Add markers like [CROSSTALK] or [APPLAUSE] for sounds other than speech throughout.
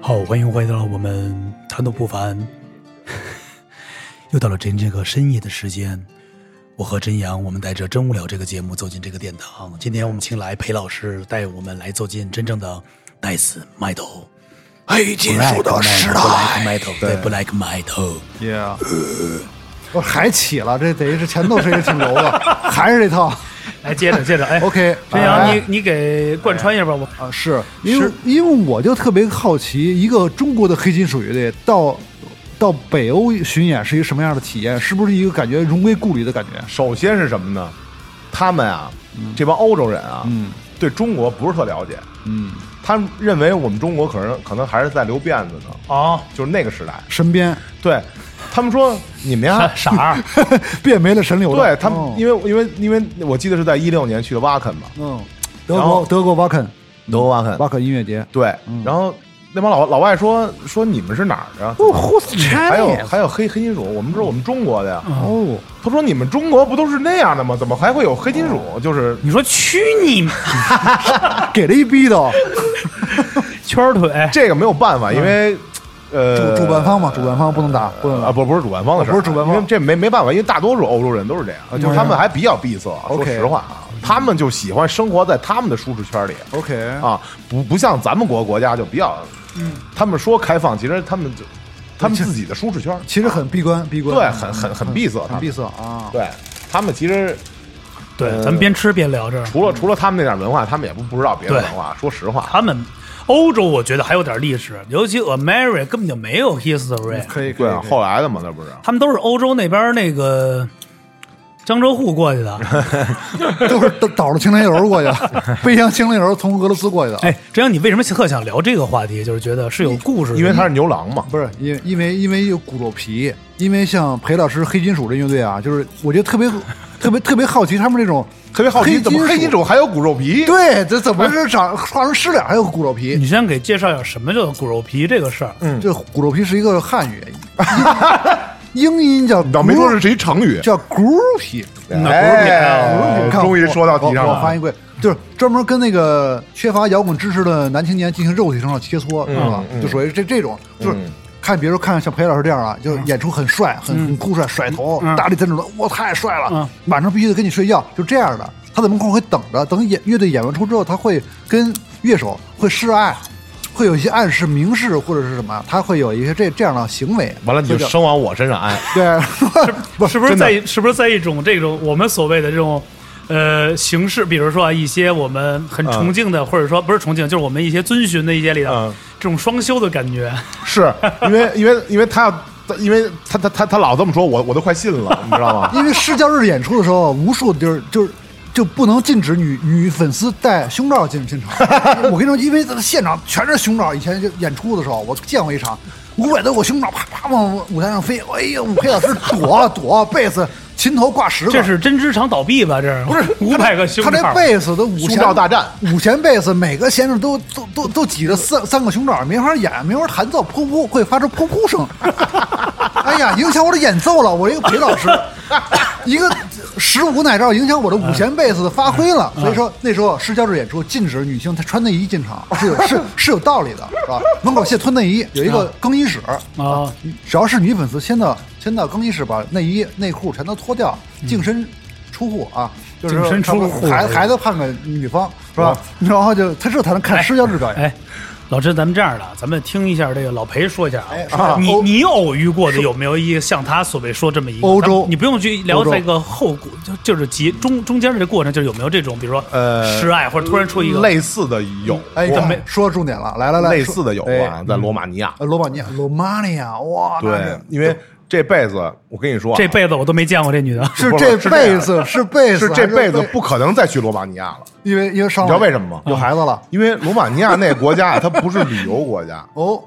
好，欢迎回到我们谈吐不凡。 [LAUGHS] 又到了真这个深夜的时间，我和真阳，我们带着“真无聊”这个节目走进这个殿堂。今天我们请来裴老师带我们来走进真正的 Death Metal 黑金 Black 属的时代。呃 Metal，Black Metal，对 Black Metal。 Yeah，我还起了，这等于是前奏是一个挺柔 [LAUGHS] 的，还是这套来接着接着，哎 OK。陈哎阳，你你给贯穿一下吧，我啊，是因为因为我就特别好奇，一个中国的黑金属乐队到到北欧巡演是一个什么样的体验？是不是一个感觉荣归故里的感觉？首先是什么呢？他们啊，这帮欧洲人啊，嗯对中国不是特了解，嗯，他们认为我们中国可能可能还是在留辫子呢，啊，，就是那个时代。身边 [LAUGHS] 对他们说，你们呀傻儿，变没了神流对了。他们，因为因为因为我记得是在一六年去的瓦肯嘛，嗯，德然后国德国瓦肯德国瓦肯瓦肯音乐节，对，然后那帮老老外说说你们是哪儿的啊？哦，Who's 还有 Chinese？还有黑黑金属，我们不是我们中国的呀。哦，他说：“你们中国不都是那样的吗？怎么还会有黑金哦属？就是你说去你妈给了一逼的，哦圈儿 [LAUGHS] 腿，这个没有办法，因为呃，主主办方嘛，主办方不能打，不能打啊，。不不是主办方的事儿，不是主办方因为这没没办法，因为大多数欧洲人都是这样，就是他们还比较闭塞。说 OK 实话啊，他们就喜欢生活在他们的舒适圈里 OK，啊，不不像咱们国国家就比较，他们说开放，其实他们就他们自己的舒适圈，其实很闭关，闭关，对，很很很闭塞，很他们闭塞啊。对他们其实对，呃咱们边吃边聊着。除了除了他们那点文化，他们也不不知道别的对文化。说实话，他们欧洲，我觉得还有点历史，尤其 America 根本就没有 history，可以，可对以，啊可以后来的嘛，那不是。”他们都是欧洲那边那个江浙沪过去的。都是倒倒着清凉油过去，背上清凉油从俄罗斯过去 [LAUGHS] 的。啊哎，这样你为什么特想聊这个话题？就是觉得是有故事的，因为他是牛郎嘛，不是因因为因为有骨头皮，因为像裴老师黑金属这乐队啊，就是我觉得特别特别特别好奇他们这种 [LAUGHS] 特别好奇怎么黑金属，属还有骨肉皮。对，这怎么是长画成尸脸还有骨头皮？你先给介绍一下什么叫骨肉皮这个事儿。嗯这骨头皮是一个汉语，英 [LAUGHS] 英音叫你倒没说是谁成语，叫骨皮，那哎你看终于我说到题上我我发了。音贵，就是专门跟那个缺乏摇滚知识的男青年进行肉体上的切磋，是吧？就属于这这种，就是嗯看，比如说看像裴老师这样啊，就是演出很帅，很很酷帅，甩头，大力赞助的，我太帅了嗯，晚上必须得跟你睡觉，就这样的。他在门口会等着，等演乐队演完出之后，他会跟乐手会示爱，会有一些暗示、明示或者是什么，他会有一些这这样的行为。完了你就这叫生往我身上安，对， [LAUGHS] 不是不是真的在是不是在一种这种我们所谓的这种呃形式，比如说啊一些我们很崇敬嗯的，或者说不是崇敬，就是我们一些遵循的一些里头，嗯这种双修的感觉， [LAUGHS] 是因为因为因为他要，因为他他他他老这么说，我我都快信了，你知道吗？因为失教日演出的时候，无数地儿就是就不能禁止女女粉丝带胸罩进进场。我跟你说，因为现场全是胸罩。以前就演出的时候，我见过一场五百多个胸罩啪啪往舞台上飞，哎呀，裴老师躲啊躲贝斯，琴头挂十个，这是针织厂倒闭吧？这是不是五百个胸他这罩他这贝斯都五胸千罩大战，五千贝斯，每个弦上都都都都挤着三三个胸罩，没法演，没法弹奏，噗噗会发出噗噗声。 [LAUGHS] 哎呀，影响我的演奏了，我一个裴老师，一个十五奶罩影响我的五弦贝斯的发挥嗯了。所以说那时候失教制演出禁止女性她穿内衣进场是有是是有道理的，是吧？门口卸脱内衣有一嗯个更衣室。啊，只要是女粉丝，先到先到更衣室把内衣内裤全都脱掉，净身出户啊，就是说净身出户孩孩子判给女方是吧？然后就他这才能看失教制表演。哎。老陈，咱们这样的，咱们听一下这个老裴说一下哎是啊，的你欧你偶遇过的有没有一个像他所谓说这么一个欧洲咱们你不用去聊欧洲这个后果，就就是集中中间这个过程，就是有没有这种，比如说呃示爱或者突然出一个类似的有哎，过咱们说重点了，来来来，类似的有说啊，，在罗马尼亚哎，啊罗马尼亚，罗马尼亚，哇，那对，因为这辈子我跟你说啊，这辈子我都没见过这女 [LAUGHS] 的。是不是这是这辈样子是辈子是这辈子还是不可能再去罗马尼亚了，因为因为上你知道为什么吗有孩子了嗯因为罗马尼亚那国家啊，它不是旅游国家，哦，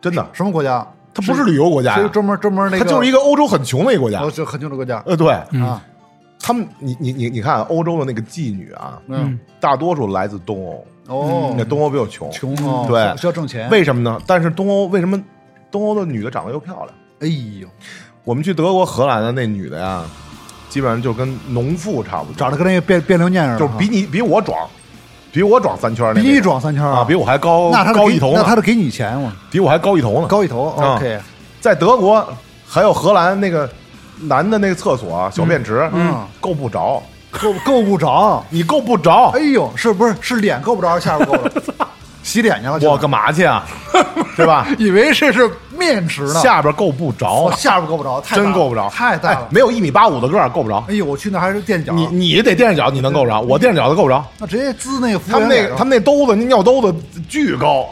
真的，什么国家？它不是旅游国家是呀，专门专门那它个，就是一个个欧洲很穷的一个国家哦，。就很穷的国家呃，对，嗯啊，他们，你你你你看啊，欧洲的那个妓女啊，嗯，大多数来自东欧，哦那，东欧比较穷，穷哦，嗯对需要挣钱，为什么呢？但是东欧为什么东欧的女的长得又漂亮？哎呦，我们去德国、荷兰的那女的呀，基本上就跟农妇差不多，长得跟那个变变流念似的，就是比你比我壮，比我壮三圈儿那啊比个，你壮三圈儿啊，比我还高那他得高给一头那他呢，得给你钱我比我还高一头呢，高一头。啊 OK，在德国还有荷兰那个男的那个厕所啊小便池，嗯，够不着，够够不着。你够不着哎，呦，是不是是脸够不着，下边够 [LAUGHS] 着？洗脸去了？我干嘛 [LAUGHS] 去啊？对吧？以为这是面池呢，下边够不着哦，下边够不着，太大了真够不着，太大哎了。没有一米八五的个儿够不着。哎呦，我去那还是垫脚，你你得垫着脚，你能够着，我垫着脚都够不着。那直接滋那个服嗯他务员们那脸个上。他们那兜子，那尿兜子巨高，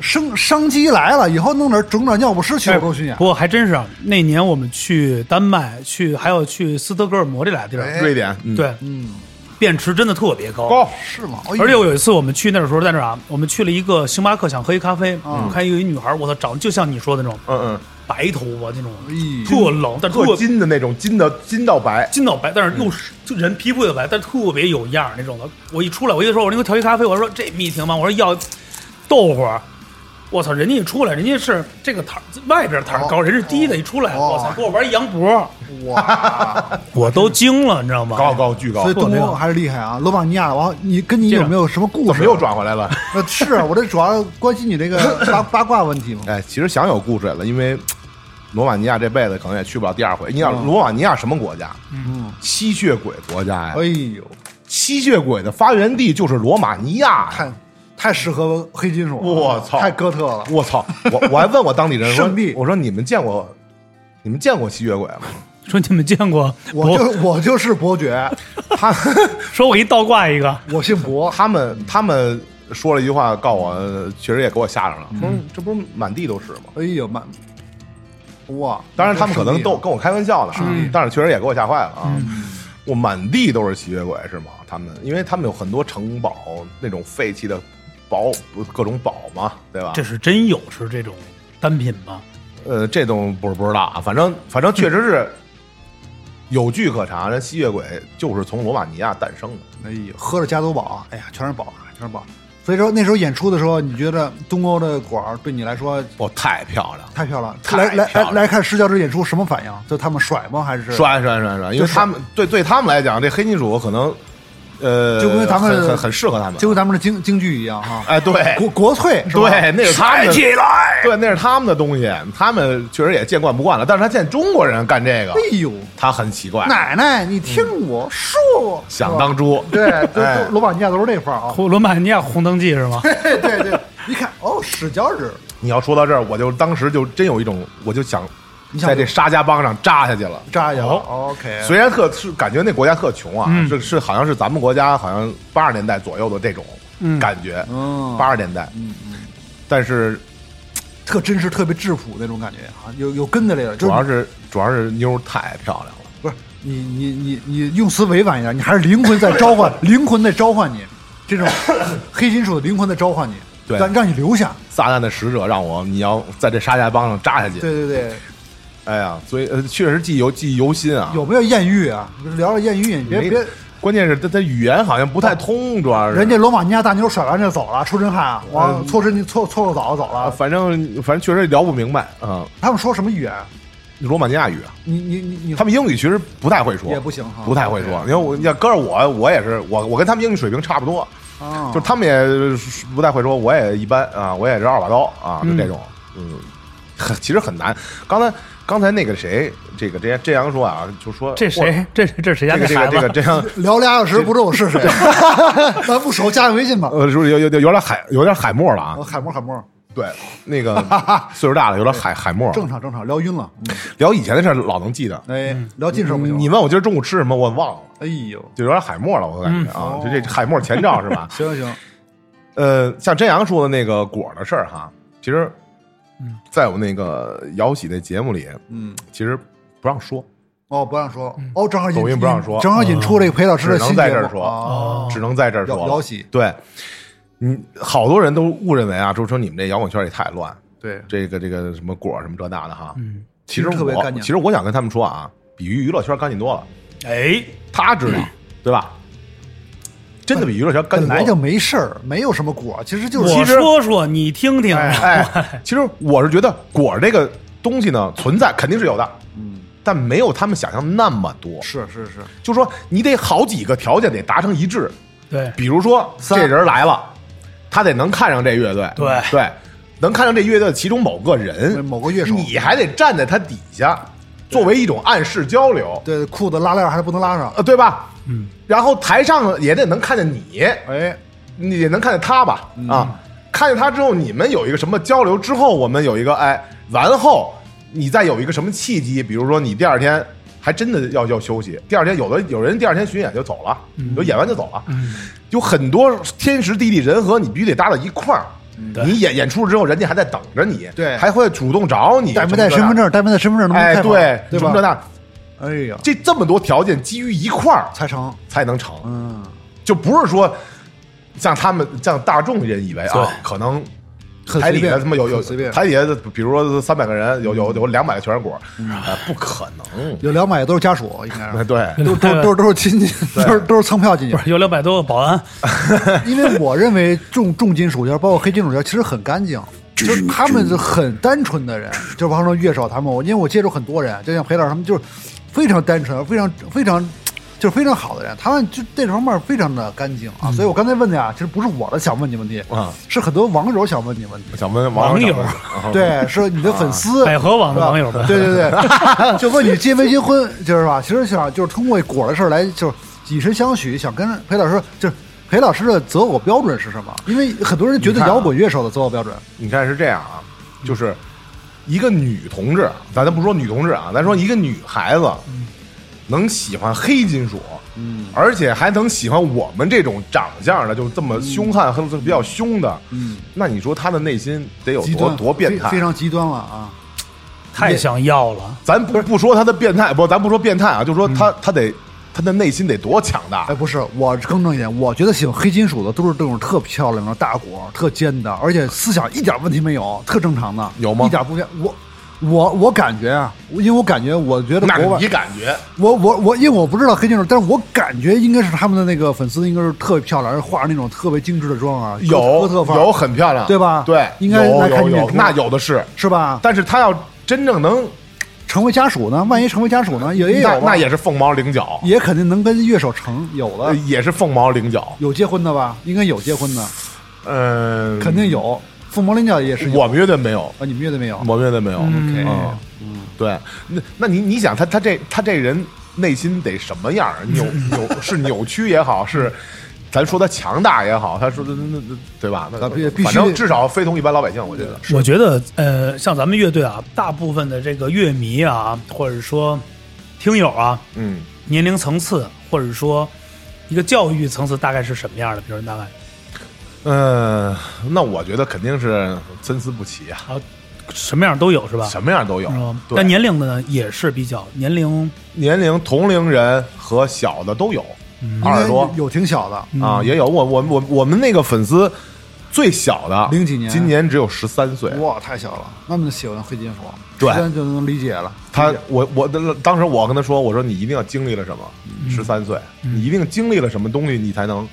生商机来了，以后弄点整点尿不湿哎去欧洲巡演不。过还真是啊，那年我们去丹麦，去还有去斯德哥尔摩这俩地儿，哎瑞典，嗯，对，嗯，便池真的特别高。高，是吗？哎呦而且我有一次我们去那时候在那儿啊，我们去了一个星巴克，想喝一咖啡，我嗯看有一女孩，我操，长得就像你说的那种嗯嗯，白头发那种，哎特冷，但特特嗯金的那种，金的金到白，金到白，但是又是就人皮肤也白，但是特别有样儿那种的。我一出来，我就说，我说你给我调一咖啡，我说这蜜婷吗？我说要豆花儿。我操，人家一出来，人家是这个摊儿外边摊儿高，人是低的，一出来，哦我操，给我玩一羊脖，哇， [LAUGHS] 我都惊了，你知道吗？高高巨高所以，东特别欧好还是厉害啊！罗马尼亚，王，你跟你接着有没有什么故怎事？啊么又转回来了？ [LAUGHS] 呃。是我这主要关心你这个八八卦问题嘛。 [LAUGHS] 哎，其实想有故事了，因为罗马尼亚这辈子可能也去不了第二回。你想，罗马尼亚什么国家？嗯，吸血鬼国家呀哎！呦，吸血鬼的发源地就是罗马尼亚呀。太太适合黑金属了，我操太哥特了。我操！我我还问我当地 [LAUGHS] 人说圣地，我说你们见过你们见过吸血鬼吗？说你们见过我博就我就是伯爵，他说我一倒挂一个，我姓伯，他们他们说了一句话，告我确实也给我吓上了，说这不是满地都是吗？哎呦妈，哇！当然他们可能都这跟我开玩笑呢，啊但是确实也给我吓坏了啊！我满地都是吸血鬼是吗？他们因为他们有很多城堡那种废弃的堡，不各种堡嘛，对吧？这是真有是这种单品吗？呃，这东西不是不知道啊，反正反正确实是有据可查，人吸血鬼就是从罗马尼亚诞生的。生意啊，哎呦，喝着加多宝，哎呀，全是宝，全是宝。所以说那时候演出的时候，你觉得东欧的馆儿对你来说哦，太漂亮了，太漂亮，太来来漂来亮来看《失教之演出什么反应？就他们甩吗？还是？帅帅帅帅！因就为是他们对对他们来讲，这黑金属可能呃，就跟咱们很很很适合他们就。跟咱们的京京剧一样哈。哎，对国国粹是吧？对，那是他们的来！对，那是他们的东西，他们确实也见惯不惯了。但是他见中国人干这个，哎呦，他很奇怪。奶奶，你听我说，哎想当初，对，都哎都罗马尼亚都是那范儿啊。红罗马尼亚红灯记是 [LAUGHS] 吗？对对对，一看哦，史教日， [LAUGHS] 你要说到这儿，我就当时就真有一种，我就想你想在这沙家浜上扎下去了。扎去了。哦 OK， [LAUGHS] 虽然特是感觉那国家特穷啊，嗯是是好像是咱们国家好像八十年代左右的这种感觉，嗯八十年代，但是特真实，特别质朴那种感觉啊，有有根子类的，就主是要是主要是妞儿太漂亮了，不是你你你你用词委婉一点，你还是灵魂在召 [LAUGHS] 唤，灵魂在召唤你，这种黑金属的灵魂在召唤你，对让让你留下。撒旦的使者让我你要在这沙家浜上扎下去，对对啊对，哎呀，所以呃确实记忆犹记忆犹新啊，有没有艳遇啊？聊聊艳遇，你别没别，关键是他他语言好像不太通，主要是人家罗马尼亚大妞甩完就走了，出震撼啊！我搓身搓搓个澡走啊了。反正反正确实聊不明白啊、他们说什么语言？罗马尼亚语啊。你你你你他们英语其实不太会说，也不行哈不太会说。你看我，你看搁着我，我也是，我我跟他们英语水平差不多，啊，就是他们也不太会说，我也一般啊，我也是二把刀啊，就这种，嗯，很其实很难。刚才刚才那个谁，这个这样这样说啊，就说这谁？这这谁我家这那个这孩子？个这个这样。聊俩小时不知道我是谁， [LAUGHS] 咱不熟，加个微信吧。呃，是不是有有有有点海有点海默了啊我？海默海默，对，[LAUGHS] 那个岁数大了，有点海海默了。正常正常，聊晕了。嗯聊以前的事儿老能记得。哎，聊近视不行。嗯你问我今儿中午吃什么，我忘了，哎呦，就有点海默了，我感觉嗯啊，就这海默前兆是吧？行行行，呃，像真阳说的那个果儿的事儿哈，其实，在我那个姚喜那节目里，嗯，其实不让说，哦，不让说，哦，正好引嗯抖音不让说嗯正好引出这个裴老师只的能新在节这目儿说，啊。只能在这儿说姚了。姚喜对，嗯，好多人都误认为啊，就说你们这摇滚圈也太乱，对，这个这个什么果儿什么这那的哈。嗯，其实特别我干净其实我想跟他们说啊，比娱娱乐圈干净多了，哎，他知道、对吧？真的比娱乐圈嗯本干净多来了就。没事儿，没有什么果，其实就是我说说你听听，哎，哎，其实我是觉得果儿这个东西呢，存在肯定是有的，嗯，但没有他们想象那么多。是是是，就说你得好几个条件得达成一致，对比如说三这人来了，他得能看上这乐队，对对，能看上这乐队的其中某个对人，某个乐手你还得站在他底下，作为一种暗示交流，对，裤子拉链还不能拉上。呃，对吧？嗯，然后台上也得能看见你，哎，你也能看见他吧？嗯啊，看见他之后，你们有一个什么交流？之后我们有一个哎，完后你再有一个什么契机？比如说你第二天还真的要要休息，第二天有的有人第二天巡演就走了，嗯有演完就走了，有很多天时地利人和，你必须得搭到一块儿。对你演演出之后，人家还在等着你，嗯对还会主动找你，带没带身份？证？带没带身份证？能不能哎，开房对，对什么这吧？那，哎呀，这这么多条件基于一块儿才成。才能成。嗯，就不是说像他们像大众人以为啊对，可能很台随底便下他妈有有很随便台底下的比如说三百个人，有有有两百个全是果，嗯哎不可能。有两百都是家属，应该哎是。 [LAUGHS] 对， [LAUGHS] 都都都都是亲戚，对都是都是蹭票进去不。是有两百多个保安，因为我认为重重金属圈，包括黑金属圈，其实很干净，就是他们是很单纯的人，就包括乐手他们，我因为我接触很多人，就像裴老师他们，就是非常单纯，非常非常。就是非常好的人，他们就这方面非常的干净啊，所以我刚才问的呀，其实不是我的想问你问题，啊是很多网友想问你问题我，想问网网友友， [LAUGHS] 对，是你的粉丝，哦啊百合网的是吧网友们对对对， [LAUGHS] 就问你结没结婚，就是吧？其实想就是通过果的事儿来，就是以身相许，想跟裴老师就是。裴老师的择偶标准是什么？因为很多人觉得你看啊摇滚乐手的择偶标准，你看是这样啊，就是一个女同志，咱咱不说女同志啊，咱说一个女孩子嗯能喜欢黑金属，嗯，而且还能喜欢我们这种长相的，就这嗯么凶悍和比较凶的，嗯，那你说她的内心得有极多端多变态非？非常极端了啊！太想要了。咱不不说他的变态，不，咱不说变态啊，就说嗯他、他得他的内心得多强大哎，。不是，我更正一点，我觉得喜欢黑金属的都是这种特漂亮的大果，特尖的，而且思想一点问题没有，特正常的，有吗一点不偏。我我我感觉啊，因为我感觉，我觉得那国外你感觉？我我我，因为我不知道黑金属，但是我感觉应该是他们的那个粉丝应该是特别漂亮，而且化着那种特别精致的妆啊，哥有特范儿有很漂亮，对吧对，应该有来看有你演有，出那有的是。是吧？但是他要真正能，成为家属呢？万一成为家属呢？也也有那吧那也是凤毛麟角，也肯定能跟乐手成有了呃，也是凤毛麟角。有结婚的吧？应该有结婚的，嗯，呃肯定。有。凤毛麟角也是有我们乐队没有，啊，你们乐队没有？我们乐队没有。嗯嗯，对，那那你你想他他这他这人内心得什么样儿？ [LAUGHS] 扭扭是扭曲也好，是咱说他强大也好，他说那那那对吧？那啊必必须反正至少非同一般老百姓，我觉得。我觉得，呃，像咱们乐队啊，大部分的这个乐迷啊，或者说听友啊，嗯，年龄层次，或者说一个教育层次，大概是什么样的？比如说大概呃，那我觉得肯定是参差不齐啊，啊，什么样都有是吧？什么样都有啊是吧。对，但年龄的呢，也是比较年龄年龄同龄人和小的都有，嗯二十多应该有挺小的，啊也有。我我我我们那个粉丝最小的零几年今年只有十三岁。哇，太小了。那么喜欢黑金属，对现在就能理解了。他理解，我我当时我跟他说，我说你一定要经历了什么，十三岁，你一定经历了什么东西，你才能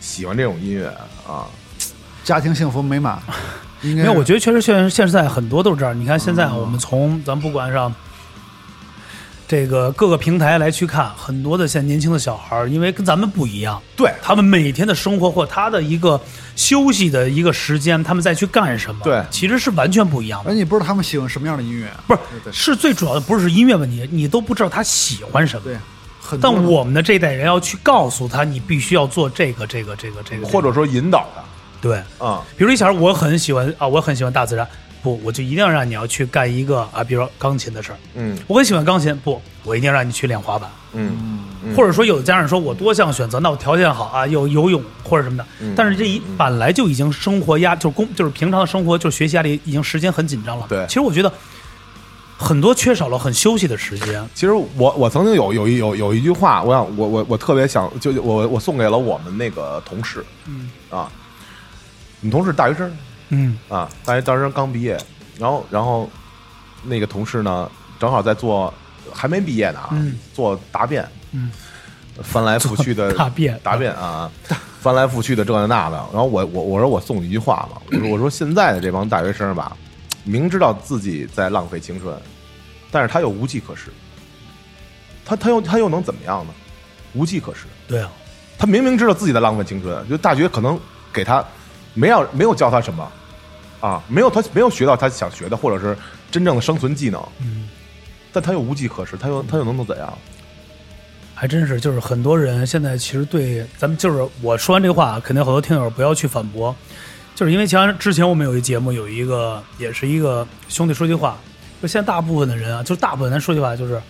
喜欢这种音乐啊。家庭幸福美满，应该嗯没有，我得觉得确实现现在很多都是这样。你看现在啊我们从咱不管上这个各个平台来去看，很多的现在年轻的小孩儿，因为跟咱们不一样，对他们每天的生活或他的一个休息的一个时间，他们再去干什么，对哎其实是完全不一样而的。哎你不知道他们喜欢什么样的音乐，啊不是，是最主要的不是音乐问题，你都不知道他喜欢什么对。，很多但人我们的这一代人要去告诉他，你必须要做这个、这个、这个、这个，或者说引导他对，啊，比如一小孩，我很喜欢啊，我很喜欢大自然，不，我就一定要让你要去干一个啊，比如说钢琴的事儿。嗯我很喜欢钢琴，不，我一定要让你去练滑板，嗯，或者说有的家长说我多项选择，那我条件好啊，有游泳或者什么的，但是这一本来就已经生活压，就是工就是平常的生活，就是学习压力已经时间很紧张了。对其实我觉得很多缺少了很休息的时间。其实我我曾经有有一有有一句话，我想我我我特别想就就我我送给了我们那个同事，嗯啊，我们同事大学生嗯啊，大学当时刚毕业，然后然后那个同事呢，正好在做还没毕业呢啊，嗯做答辩，嗯，翻来覆去的做答辩答辩啊，翻来覆去的这那那的。然后我我我说我送你一句话吧，我说我说现在的这帮大学生吧，明知道自己在浪费青春，但是他又无计可施，他他又他又能怎么样呢？无计可施。对啊，他明明知道自己在浪费青春，就大学可能给他没让没有教他什么啊，没有他没有学到他想学的，或者是真正的生存技能，嗯但他又无计可施，他又他又能能怎样？还真是，就是很多人现在其实对咱们，就是我说完这话，肯定好多听友不要去反驳，就是因为前之前我们有一节目有一个也是一个兄弟说句话，就现在大部分的人啊，就是大部分咱说句话就是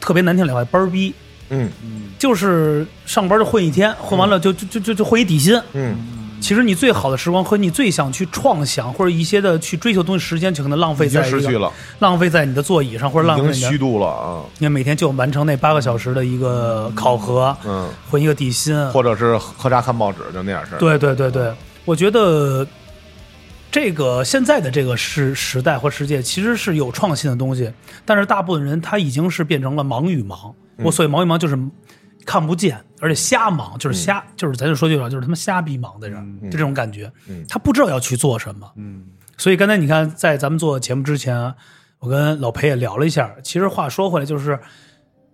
特别难听两话，班儿逼，嗯就是上班就混一天，混完了就就就就就混一底薪。嗯，其实你最好的时光和你最想去创想或者一些的去追求东西时间，就可能浪费已经在一失个去了，浪费在你的座椅上，或者已浪费经你的虚度了啊，你每天就完成那八个小时的一个考核，嗯，混一个底薪，或者是喝茶看报纸就那点事儿。对对对对，我觉得这个现在的这个时时代或世界其实是有创新的东西，但是大部分人他已经是变成了盲与盲。我所谓盲与盲就是看不见，而且瞎盲，就是瞎，就是咱就说句实话，就是他妈瞎逼盲在这儿，就这种感觉。他不知道要去做什么。嗯，所以刚才你看，在咱们做节目之前啊，我跟老裴也聊了一下。其实话说回来，就是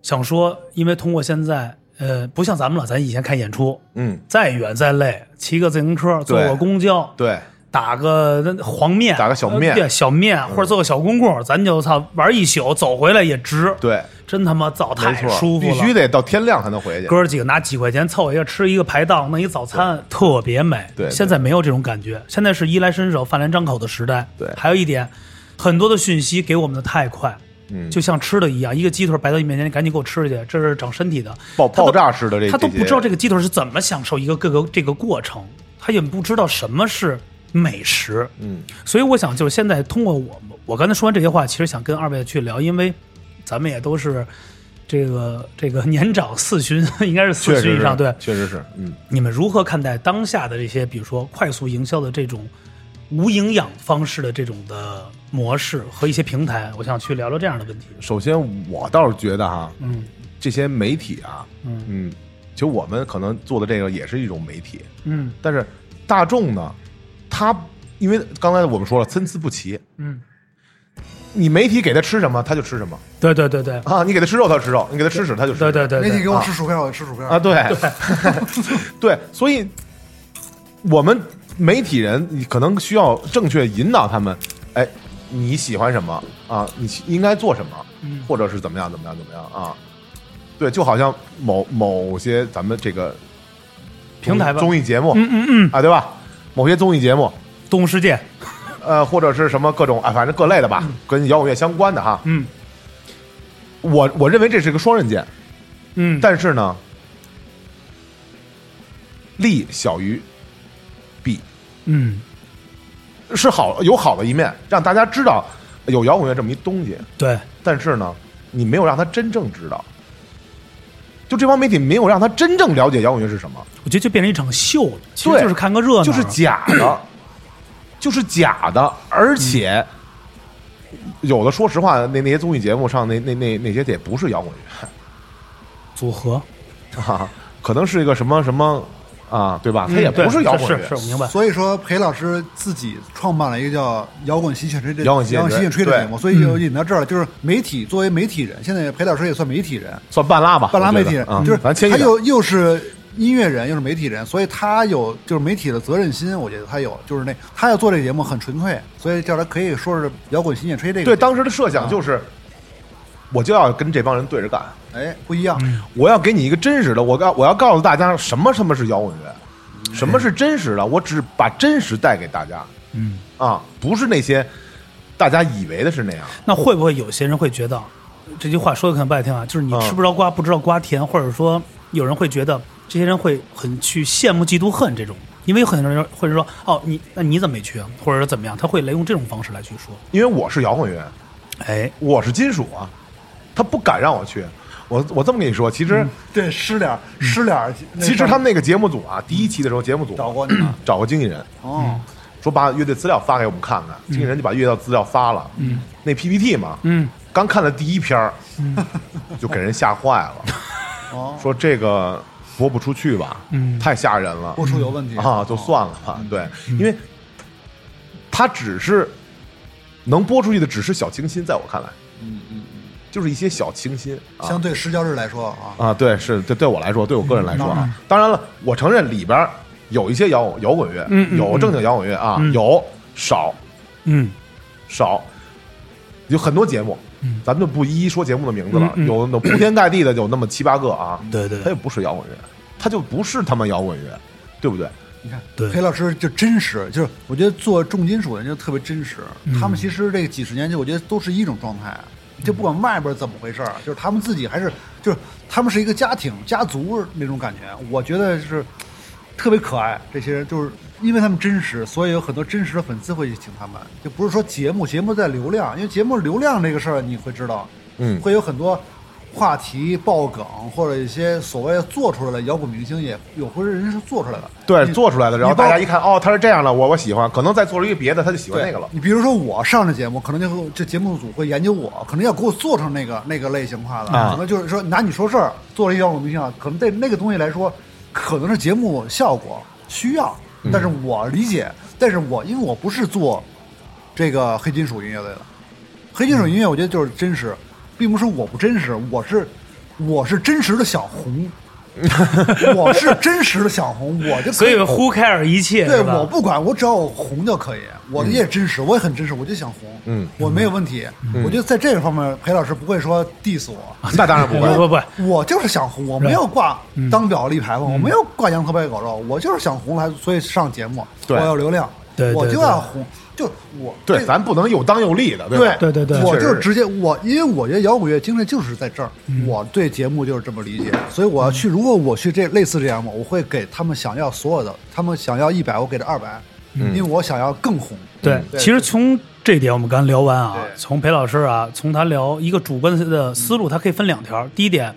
想说，因为通过现在，呃，不像咱们了，咱以前看演出，嗯，再远再累，骑个自行车，坐对个公交，对，打个那黄面，打个小面嗯呃对小面，或者坐个小公共，咱就操玩一宿，走回来也值。，对，真他妈早没太错，舒服必了，须得到天亮才能回去。哥儿几个拿几块钱凑一个，吃一个排档，弄一早餐，特别美。对对现在没有这种感觉，现在是衣来伸手、饭来张口的时代。对还有一点，很多的讯息给我们的太快，嗯就像吃的一样，一个鸡腿摆到你面前，你赶紧给我吃去，这是长身体的。爆他都爆炸式的这他都不知道这个个鸡腿是怎么享受一个各个这个过程，他也不知道什么是美食。嗯所以我想，就是现在通过我我刚才说完这些话，其实想跟二位去聊，因为咱们也都是这个这个年长四旬，应该是确四实旬以是上。对，确实是，嗯，你们如何看待当下的这些，比如说快速营销的这种无营养方式的这种的模式和一些平台？我想去聊聊这样的问题。首先我倒是觉得哈，嗯这些媒体啊，嗯嗯，其实我们可能做的这个也是一种媒体，嗯但是大众呢，他因为刚才我们说了参差不齐，嗯，你媒体给他吃什么他就吃什么对对对对啊，你给他吃肉他就吃肉，你给他吃屎他就吃屎对对对媒体对，给我吃薯片，我就吃薯片 [LAUGHS] 啊，对 [LAUGHS] 对，所以我们媒体人你可能需要正确引导他们，哎，你喜欢什么啊？你应该做什么？嗯或者是怎么样怎么样怎么样啊？对，就好像某某些咱们这个平台吧。综艺节目、嗯嗯嗯，啊，对吧？某些综艺节目，动物世界。呃，或者是什么各种啊，反正各类的吧，跟摇滚乐相关的哈。嗯我我认为这是个双刃剑，嗯，但是呢，利小于弊，嗯是好有好的一面，让大家知道有摇滚乐这么一东西，对但是呢，你没有让他真正知道。就这帮媒体没有让他真正了解摇滚乐是什么，我觉得就变成一场秀了，其实对就是看个热闹，就是假的，就是假的，嗯而且、有的说实话，那那些综艺节目上那那那那些也不是摇滚乐， [LAUGHS] 组合，啊，可能是一个什么什么啊，对吧？它嗯也不对摇是滚是，我乐，明白。所以说，裴老师自己创办了一个叫《摇滚席卷吹》这摇滚席卷摇吹滚席卷吹这对节嗯目，所以就引到这儿了。就是媒体作为媒体人，现在裴老师也算媒体人，算半拉吧，半拉我觉媒得体人啊，，就是咱谦他虚点又又是音乐人，又是媒体人，所以他有就是媒体的责任心，我觉得他有，就是那他要做这节目很纯粹，所以叫他可以说是摇滚席卷吹这个对节目啊当时的设想就是，我就要跟这帮人对着干，哎不一样，我要给你一个真实的，我告我要告诉大家什么什么是摇滚乐，什么是真实的，我只把真实带给大家，嗯，啊，不是那些大家以为的是那样，那会不会有些人会觉得，这句话说的可能不爱听啊，就是你嗯吃不着瓜不知道瓜甜，或者说有人会觉得这些人会很去羡慕嫉妒恨这种，因为有很多人会说哦你那你怎么没去啊，或者说怎么样，他会来用这种方式来去说，因为我是摇滚乐，哎，我是金属啊，他不敢让我去。我我这么跟你说，其实、对，湿点儿湿点儿。嗯其实他们那个节目组啊，第一期的时候节目组嗯嗯找过你吗找过经纪人，哦，说把乐队资料发给我们看看，经纪人就把乐队资料发了，嗯，那 PPT 嘛，嗯，刚看了第一篇儿， [LAUGHS] 就给人吓坏了，哦说这个播不出去吧，嗯太吓人了，播出有问题哦嗯啊，就算了吧，对，因为他只是能播出去的只是小清新，在我看来，嗯嗯嗯，就是一些小清新啊。相对失教日来说啊，啊，对，是对对我来说，对我个人来说啊，当然了，我承认里边儿有一些摇摇滚乐，嗯嗯有正经摇滚乐啊，有少嗯，少，有很多节目，咱们就不一一说节目的名字了，嗯嗯有有铺天盖地的，有那么七八个啊，对对它对也不是摇滚乐，它就不是他妈摇滚乐，对不对？你看，对裴老师就真实，就是我觉得做重金属的人就特别真实。嗯他们其实这几十年就我觉得都是一种状态，就不管外边怎么回事儿，就是他们自己还是就是他们是一个家庭家族那种感觉，我觉得是特别可爱。这些人就是因为他们真实，所以有很多真实的粉丝会去请他们，就不是说节目节目在流量，因为节目流量这个事儿你会知道，嗯会有很多话题爆梗或者一些所谓做出来的摇滚明星也有或者人是做出来的，对，你做出来的，然后你包大家一看，哦，他是这样的，我我喜欢，可能再做出一个别的，他就喜欢对那个了。你比如说我上这节目，可能就会这节目组会研究我，可能要给我做成那个那个类型化的，啊可能就是说拿你说事儿做了一摇滚明星啊，可能对那个东西来说，可能是节目效果需要，嗯但是我理解，但是我因为我不是做这个黑金属音乐类的，黑金属音乐我觉得就是真实，并不是我不真实，我是我是真实的想 [LAUGHS] 红。我是真实的想红，我就可所以 who care 一切，对是吧嗯我不管，我只要红就可以，我也真实，我也很真实，我就想红，嗯，我没有问题。我觉得在这个方面，裴老师不会说 diss 我，啊那当然不不 [LAUGHS] 会，不不，嗯我就是想红，我没有挂当表立牌坊，我没有挂羊头卖狗肉，我就是想红来，所以上节目，我对要流量，对对我就要红，就我对，这咱不能又当又立的，对吧？对对对我就确实是直接我，因为我觉得摇滚乐精神就是在这儿，嗯我对节目就是这么理解，所以我要去，如果我去这类似这样嘛，我会给他们想要所有的，他们想要一百，我给他二百，嗯因为我想要更红。对，对其实从这一点我们刚聊完啊对，从裴老师啊，从他聊一个主观的思路，他可以分两条。第一点，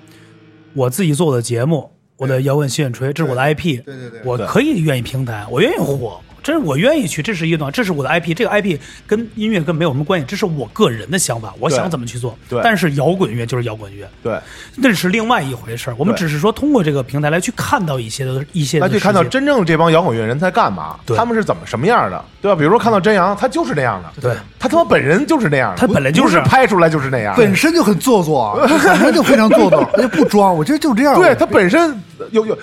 我自己做的节目，我的摇滚洗眼锤，这是我的 IP，对对对我可以愿意平台，我愿意火，这是我愿意去，这是一段，这是我的 IP，这个 IP 跟音乐跟没有什么关系，这是我个人的想法，我对想怎么去做。对但是摇滚乐就是摇滚乐。对。那是另外一回事儿，我们对只是说通过这个平台来去看到一些的一些的那事就情，看到真正这帮摇滚乐人在干嘛，对他们是怎么什么样的，对吧？比如说看到真阳，他就是那样的，对，他他妈本人就是那样的，他本来就不是是拍出来就是那样的，本身就很做作啊，本身就非常 [LAUGHS] 做作，也不装，我觉得就这样。对他本身有有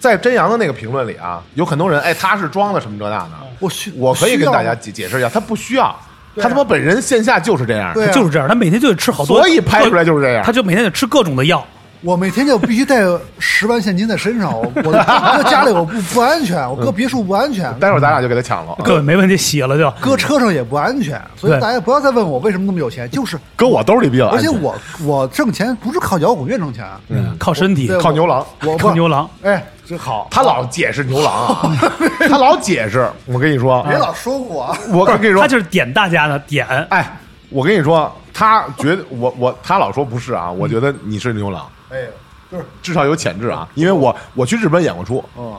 在真阳的那个评论里啊，有很多人哎，他是装的什么这那的，我需我可以需跟要大家解解释一下，他不需要，他他妈本人线下就是这样的，啊对啊就是这样，他每天就得吃好多，所以拍出来就是这样他就每天得吃各种的药。我每天就必须带十万现金在身上，我我搁家里我不不安全， [LAUGHS] 我搁别墅不安全，待会儿咱俩就给他抢了嗯啊，各位没问题，洗了就。搁车上也不安全，所对以大家不要再问我为什么那么有钱，就是搁我兜里比较安而且全，我我挣钱不是靠摇滚乐挣钱，嗯靠身体对，靠牛郎，我靠不牛郎。哎，这好， [LAUGHS] 他老解释牛 [LAUGHS] 郎啊，他老解释，我跟你说，别老说我，我跟你说他，就是点大家的点，哎，我跟你说，他觉得我我他老说不是嗯啊，我觉得你是牛郎，哎，就是至少有潜质啊，因为我我去日本演过出，嗯，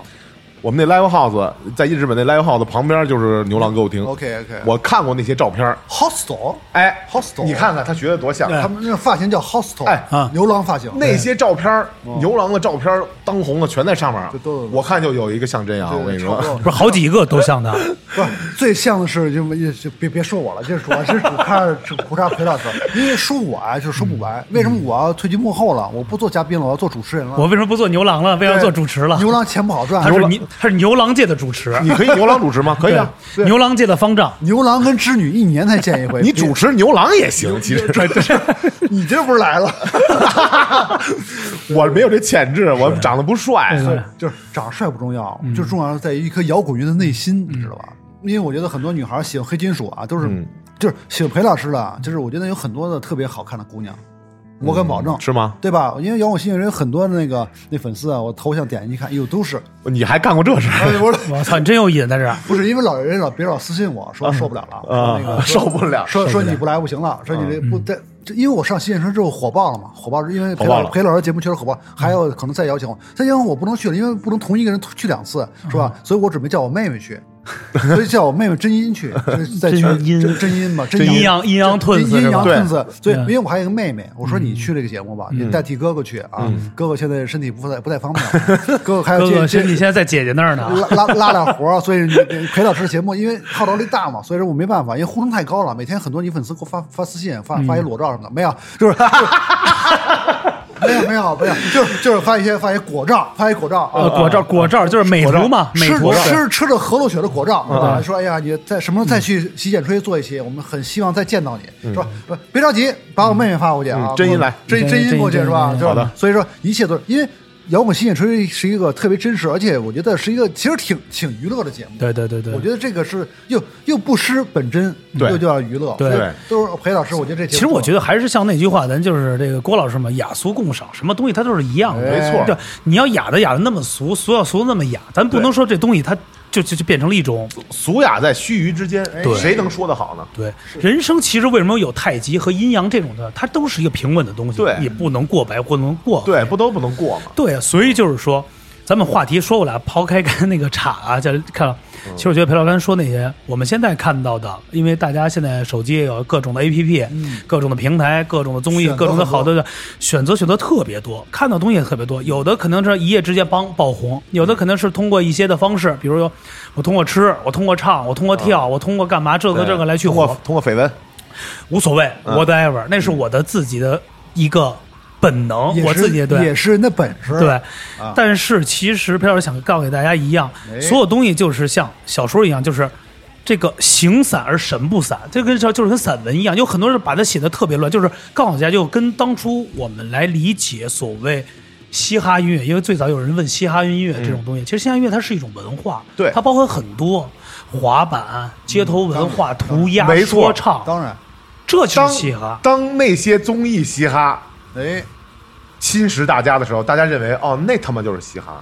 我们那 live house 在日本那 live house 旁边就是牛郎歌舞厅 OK，OK 我看过那些照片儿， hostel，哎 Hostel 啊你看看他学的多像，他们那发型叫 hostel，哎啊牛郎发型，那些照片儿，牛郎的照片儿当红的全在上面儿这嗯都有，我看就有一个像真阳，对我跟你差不说多，不是好几个都像他。哎不是最像的是就就就别别说我了，这主要是主看主胡茬裴老师，因为说我啊就说不完，为什么我要退居幕后了？我不做嘉宾了，我要做主持人了，我为什么不做牛郎了？为什么对做主持了？牛郎钱不好赚，他是牛，他是牛郎界的主持。你可以牛郎主持 [LAUGHS] 吗？可以啊，对牛郎界的方丈，牛郎跟织女一年才见一 [LAUGHS] 回，你主持牛郎也行，其实你这不是来了， [LAUGHS] 我没有这潜质，我长得不帅，就是长帅不重要，就重要是在于一颗摇滚乐的内心，你知道吧？因为我觉得很多女孩喜欢黑金属啊，都是、嗯就是喜欢裴老师的，啊就是我觉得有很多的特别好看的姑娘，我敢保证、嗯是吗？对吧？因为摇滚新人有很多的那个那粉丝啊，我头像点进去看，哎呦都是，你还干过这事儿？哎我说我操，你真有瘾在这儿。不是因为老人老别老私信我说受不了了，说啊那个说啊受不了，说说你不来不行了，说你这不在，这因为我上新人车之后火爆了嘛，火爆是因为裴火爆老了裴老师节目确实火爆，还有可能再邀请我，再邀请我不能去了，因为不能同一个人去两次，是吧？所以我准备叫我妹妹去， [LAUGHS] 所以叫我妹妹真音去，就是在真圈音真真音嘛，真阴阳阳阴阳真吞子阴是阳吧？吞子。对，嗯因为我还有一个妹妹，我说你去这个节目吧，你代替哥哥去啊，哥哥现在身体不太不太方便，哥哥还要哥哥接身体接现在在姐姐那儿呢。拉拉拉点活儿，所以你你裴老师节目因为号召力大嘛，所以说我没办法，因为呼声太高了，每天很多女粉丝给我发发私信，发嗯发一裸照什么的，没有，就是。 [LAUGHS] 就是没有没有没有，就是就是发一些发一些果照，发一果照啊呃，，果照果照就是美图嘛，美嗯吃图吃吃着合作雪的果照，啊说哎呀，你在什么时候再去洗剪吹做一期？我们很希望再见到你，是吧？不，别着急，把我妹妹发过去啊，嗯真音来真嗯真真音音过去真音嗯是吧？是真音吧好的所以说一切都是因为摇滚洗剪吹是一个特别真实，而且我觉得是一个其实挺挺娱乐的节目。对对对对，我觉得这个是又又不失本真，对又就要娱乐，对所以都是裴老师，我觉得这其实我觉得得还是像那句话，咱就是这个郭老师嘛，雅俗共赏，什么东西它都是一样的，没错对，你要雅的雅的那么俗，俗要俗的那么雅，咱不能说这东西它就就就变成了一种俗雅在须臾之间，哎对谁能说得好呢？对人生。其实为什么有太极和阴阳这种的，它都是一个平稳的东西，对也不能过白，不能过对，不都不能过吗？对啊，所以就是说，咱们话题说回来，抛开跟那个岔啊，就是看了，嗯其实我觉得裴老师刚才说那些，我们现在看到的，因为大家现在手机也有各种的 APP，、各嗯种的平台，各种的综艺，选择各种的很多好多的选择，选择特别多，看到东西也特别多，有的可能是一夜之间帮爆红，有嗯的可能是通过一些的方式，比如说我通过吃，我通过唱，我通过跳，我通过干嘛这个嗯对这个来去通火过，通过绯闻，无所谓嗯，whatever，、那是我的自己的一个本能，我自己的对。也是人的本事，对，但是其实裴老师想告诉给大家一样，哎所有东西就是像小说一样，就是这个形散而神不散，这跟就是跟散文一样，有很多人把它写的特别乱，就是告诉大家，就跟当初我们来理解所谓。嘻哈音乐，因为最早有人问嘻哈音乐这种东西，其实嘻哈音乐它是一种文化，对它包含很多滑板、街头文化、涂鸦、嗯没错说唱，当然，这就当是嘻哈。当那些综艺嘻哈哎，侵蚀大家的时候，大家认为哦，那他妈就是嘻哈。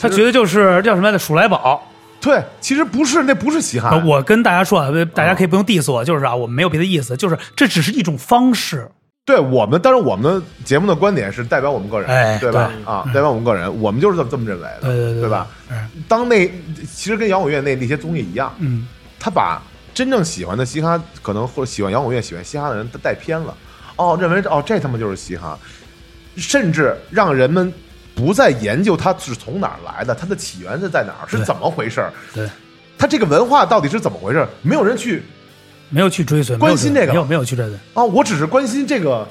他其觉实得就是叫什么来着？鼠来宝，对，其实不是，那不是嘻哈啊，我跟大家说啊，呃大家可以不用 diss 我，就是啊，我没有别的意思，就是这只是一种方式。对我们，当然我们节目的观点是代表我们个人，哎对吧？对啊，代表我们个人，我们就是这么这么认为的，对对对吧？嗯当那其实跟摇滚乐那那些综艺一样，嗯，他把真正喜欢的嘻哈，可能或者喜欢摇滚乐、喜欢嘻哈的人带偏了，哦，认为哦这他妈就是嘻哈，甚至让人们不再研究它是从哪儿来的，它的起源是在哪儿，是对怎么回事儿，对，它这个文化到底是怎么回事儿，没有人去没有去追随，关心没有这个没有没有去追随。啊，我只是关心这个，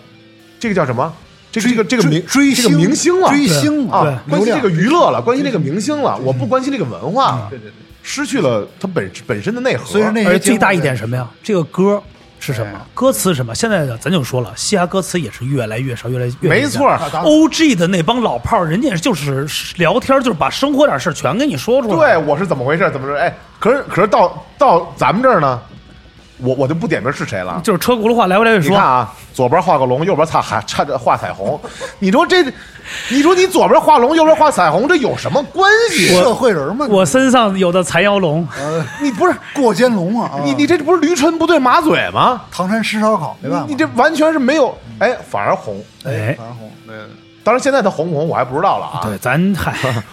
这个叫什么？这个这个这个追明追这个星明星了，追星对啊，流关心量这个娱乐了，关心这个明星了，我不关心这个文化嗯了，对对对，失去了它本本身的内核。所以说那而些最大节目一点是什么呀？这个歌是什么哎？歌词是什么？现在的咱就说了，嘻哈歌词也是越来越少，越来越没错。啊当然 O G 的那帮老炮儿，人家就是聊天，就是把生活点事儿全跟你说出来。对，我是怎么回事？怎么说？哎，可是可是到到咱们这儿呢，我我就不点名是谁了。就是车轱辘话来回来去你说看。啊，左边画个龙，右边擦还差着画彩虹。你说这，你说你左边画龙，右边画彩虹，这有什么关系？社会人嘛，我身上有的残妖龙，呃 [LAUGHS] 你不是过肩龙啊，啊你你这不是驴唇不对马嘴吗？唐山吃烧烤没办法，你这完全是没有，哎，反而红。哎，唐山红，对，当然，现在它红不红我还不知道了啊对，。咱嗨， [LAUGHS]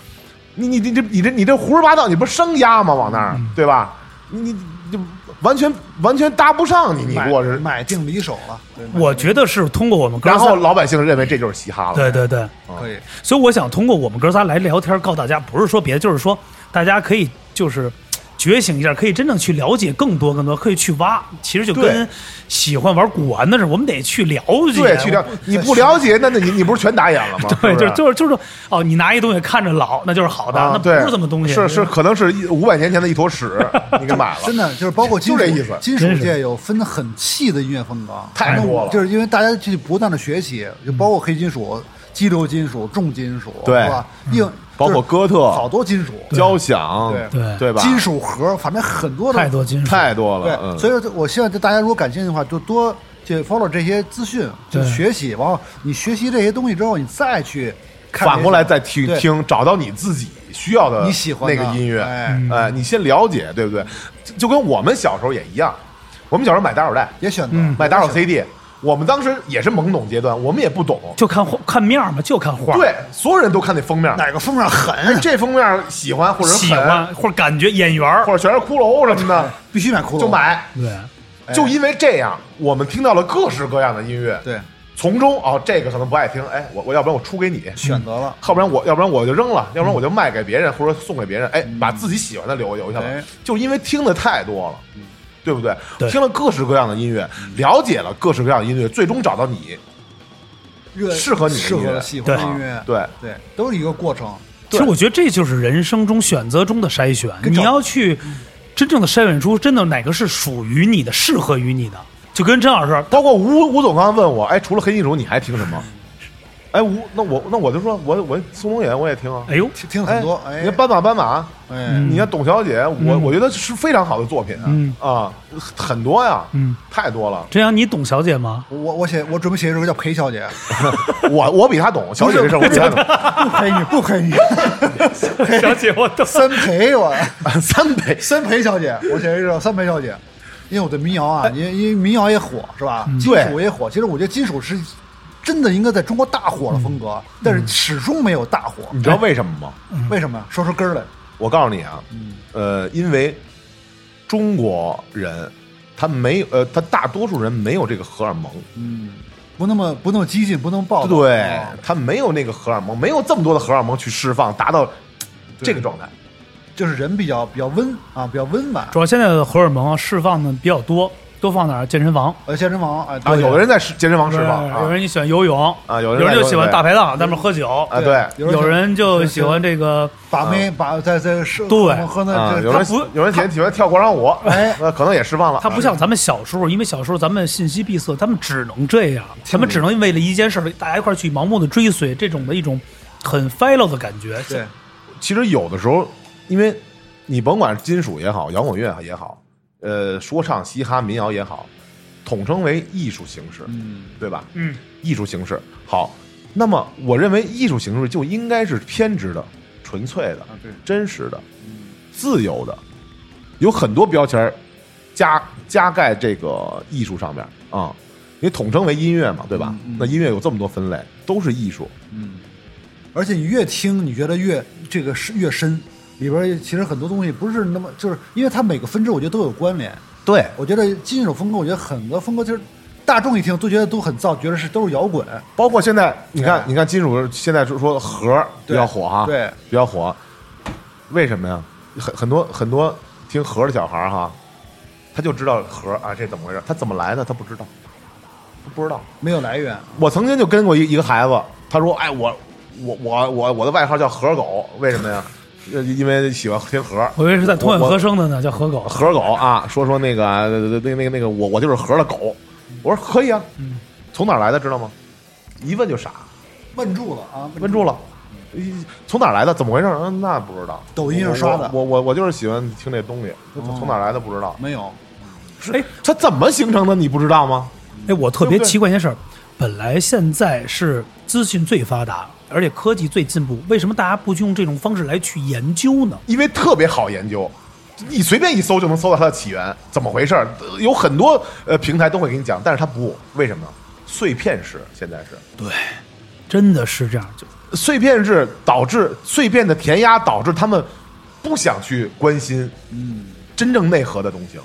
你你你这你这你这胡说八道，你不是生压吗？往那儿对吧？你你你就完全完全搭不上你，你给我是。买定离手啊了，对买我觉得是通过我们哥然后仨，老百姓认为这就是嘻哈了。对对对，嗯可以，所以我想通过我们哥仨来聊天，告诉大家，不是说别的，就是说大家可以就是嘖觉醒一下，可以真正去了解更多更多，可以去挖。其实就对跟喜欢玩古玩的似的，我们得去了解，对，去了你不了解，那那你你不是全打眼了吗？对，就是是不就是就是说哦，你拿一东西看着老，那就是好的，啊，那不对，是这么东西，是是，可能是五百年前的一坨屎，你给买了。真的就是包括金就属这意思金真属是界有分的很细的音乐风格，啊太多了就是因为大家去不断的学习，就包括黑金属、激流金属、重金属，对嗯是吧？硬包括哥特就是好多金属，交响，对对对吧？金属盒，反正很多的太多金属，太多了，对，嗯所以说我希望就大家如果感兴趣的话，就多去 follow 这些资讯，就对学习。然后你学习这些东西之后，你再去看这些反过来再听对听，找到你自己需要的你喜欢那的个音乐，哎哎，你先了解，对不对？就就跟我们小时候也一样，我们小时候买打口袋，也选择买打口 CD，我们当时也是懵懂阶段，我们也不懂。就看画看面儿嘛，就看画，，对，所有人都看那封面，哪个封面狠啊、这封面喜欢或者喜狠欢或者感觉眼缘或儿，者全是骷髅什么的，必须买骷髅，哎就。买。对，就因为这样，我们听到了各式各样的音乐，对，从中哦，这个可能不爱听，哎，我我要不然我出给你，选择了。要不然我要不然我就扔嗯了，要不然我就卖给别人或者送给别人，哎，把自己喜欢的留留下来哎，嗯就因为听的太多了。对不对？对听了各式各样的音乐，了解了各式各样的音乐，最终找到你。越适合你的嗯适音乐合喜欢的对音乐，对对，都是一个过程。其实我觉得这就是人生中选择中的筛选，跟你找要去真正的筛选出真的哪个是属于你的、适合于你的。就跟甄老师，包括吴吴总刚刚问我，哎，除了黑金属你还听什么？嗯哎，吴，那我那我就说，我我松松眼我也听啊，哎呦，听听很多，哎嗯你看，斑马斑马，哎，你看董小姐，我我觉得是非常好的作品啊，嗯啊，很多呀，嗯，。太 [LAUGHS] 多了真阳，你懂小姐吗？ [LAUGHS] 我我写我准备写一首歌叫《裴小姐》，我我比她懂，小姐这事儿我比她懂。 [LAUGHS] 不陪你，不陪你，小姐，我 [LAUGHS] 懂。三陪我， [LAUGHS] 三陪三陪小姐，我写一首三陪小姐，因为我对民谣啊，因为因为民谣也火是吧？金哎对属也火，其实我觉得金属是真的应该在中国大火的风格，但是始终没有大火，你知道为什么吗？为什么呀？说出根儿来，我告诉你啊，嗯呃，因为中国人他没有，呃，他大多数人没有这个荷尔蒙，不那么不那么激进，不那么暴躁，对啊他没有那个荷尔蒙，没有这么多的荷尔蒙去释放，达到这个状态。就是人比较比较温啊，比较温婉。主要现在的荷尔蒙啊释放的比较多，都放哪儿？健身房呃，健身房哎，啊，对有的人在健身房释放有啊人你喜欢游泳啊有有人人在就喜欢游大排档，在那儿喝酒啊，对，有人有人就喜欢这个，把妹把在在是对喝啊，那有这人他不有人喜欢喜欢跳广场舞，哎那可能也释放了。啊他不像咱们小时候，因为小时候咱们信息闭塞，他们只能这样，他们只能为了一件事儿，大家一块儿去盲目的追随，这种的一种很 follow 的感觉。对，啊其实有的时候，因为你甭管金属也好，摇滚乐也好，呃，说唱、嘻哈、民谣也好，统称为艺术形式，嗯，对吧？嗯，艺术形式好，那么我认为艺术形式就应该是偏执的、纯粹的、啊对，真实的、自由的，有很多标签儿加加盖这个艺术上面啊。你统称为音乐嘛，对吧？嗯嗯那音乐有这么多分类，都是艺术。嗯而且你越听，你觉得越这个是越深，里边儿其实很多东西不是那么，就是因为它每个分支我觉得都有关联。对，我觉得金属风格，我觉得很多风格就是大众一听都觉得都很燥，觉得是都是摇滚，包括现在，你看哎，你看金属现在就是说核儿比对较火哈，对，比较火，为什么呀？很很多很多听核的小孩儿哈，他就知道核啊，这怎么回事？他怎么来的？他不知道，他不知道。没有来源。我曾经就跟过一一个孩子，他说：“哎，我我我我我的外号叫河狗，为什么呀？ [LAUGHS] 呃因为喜欢听河。”我以为是在脱茧我我合生的呢，叫河狗。 [LAUGHS] 河狗啊，说说那个那那个那个我我就是河的狗。我说可以啊，从哪儿来的知道吗？一问就傻。问住了啊，问住了。一从哪儿来的？怎么回事？嗯，那不知道。抖音上刷的我我我我就是喜欢听这东西，从从哪儿来的不知道。没有？哎它怎么形成的？你不知道吗？哎，我特别对不对奇怪一件事儿，本来现在是资讯最发达，而且科技最进步，为什么大家不去用这种方式来去研究呢？因为特别好研究，你随便一搜就能搜到它的起源，怎么回事？呃有很多呃平台都会给你讲，但是它不，为什么？碎片式现在是真的是这样，就碎片式导致碎片的填压，导致他们不想去关心嗯真正内核的东西了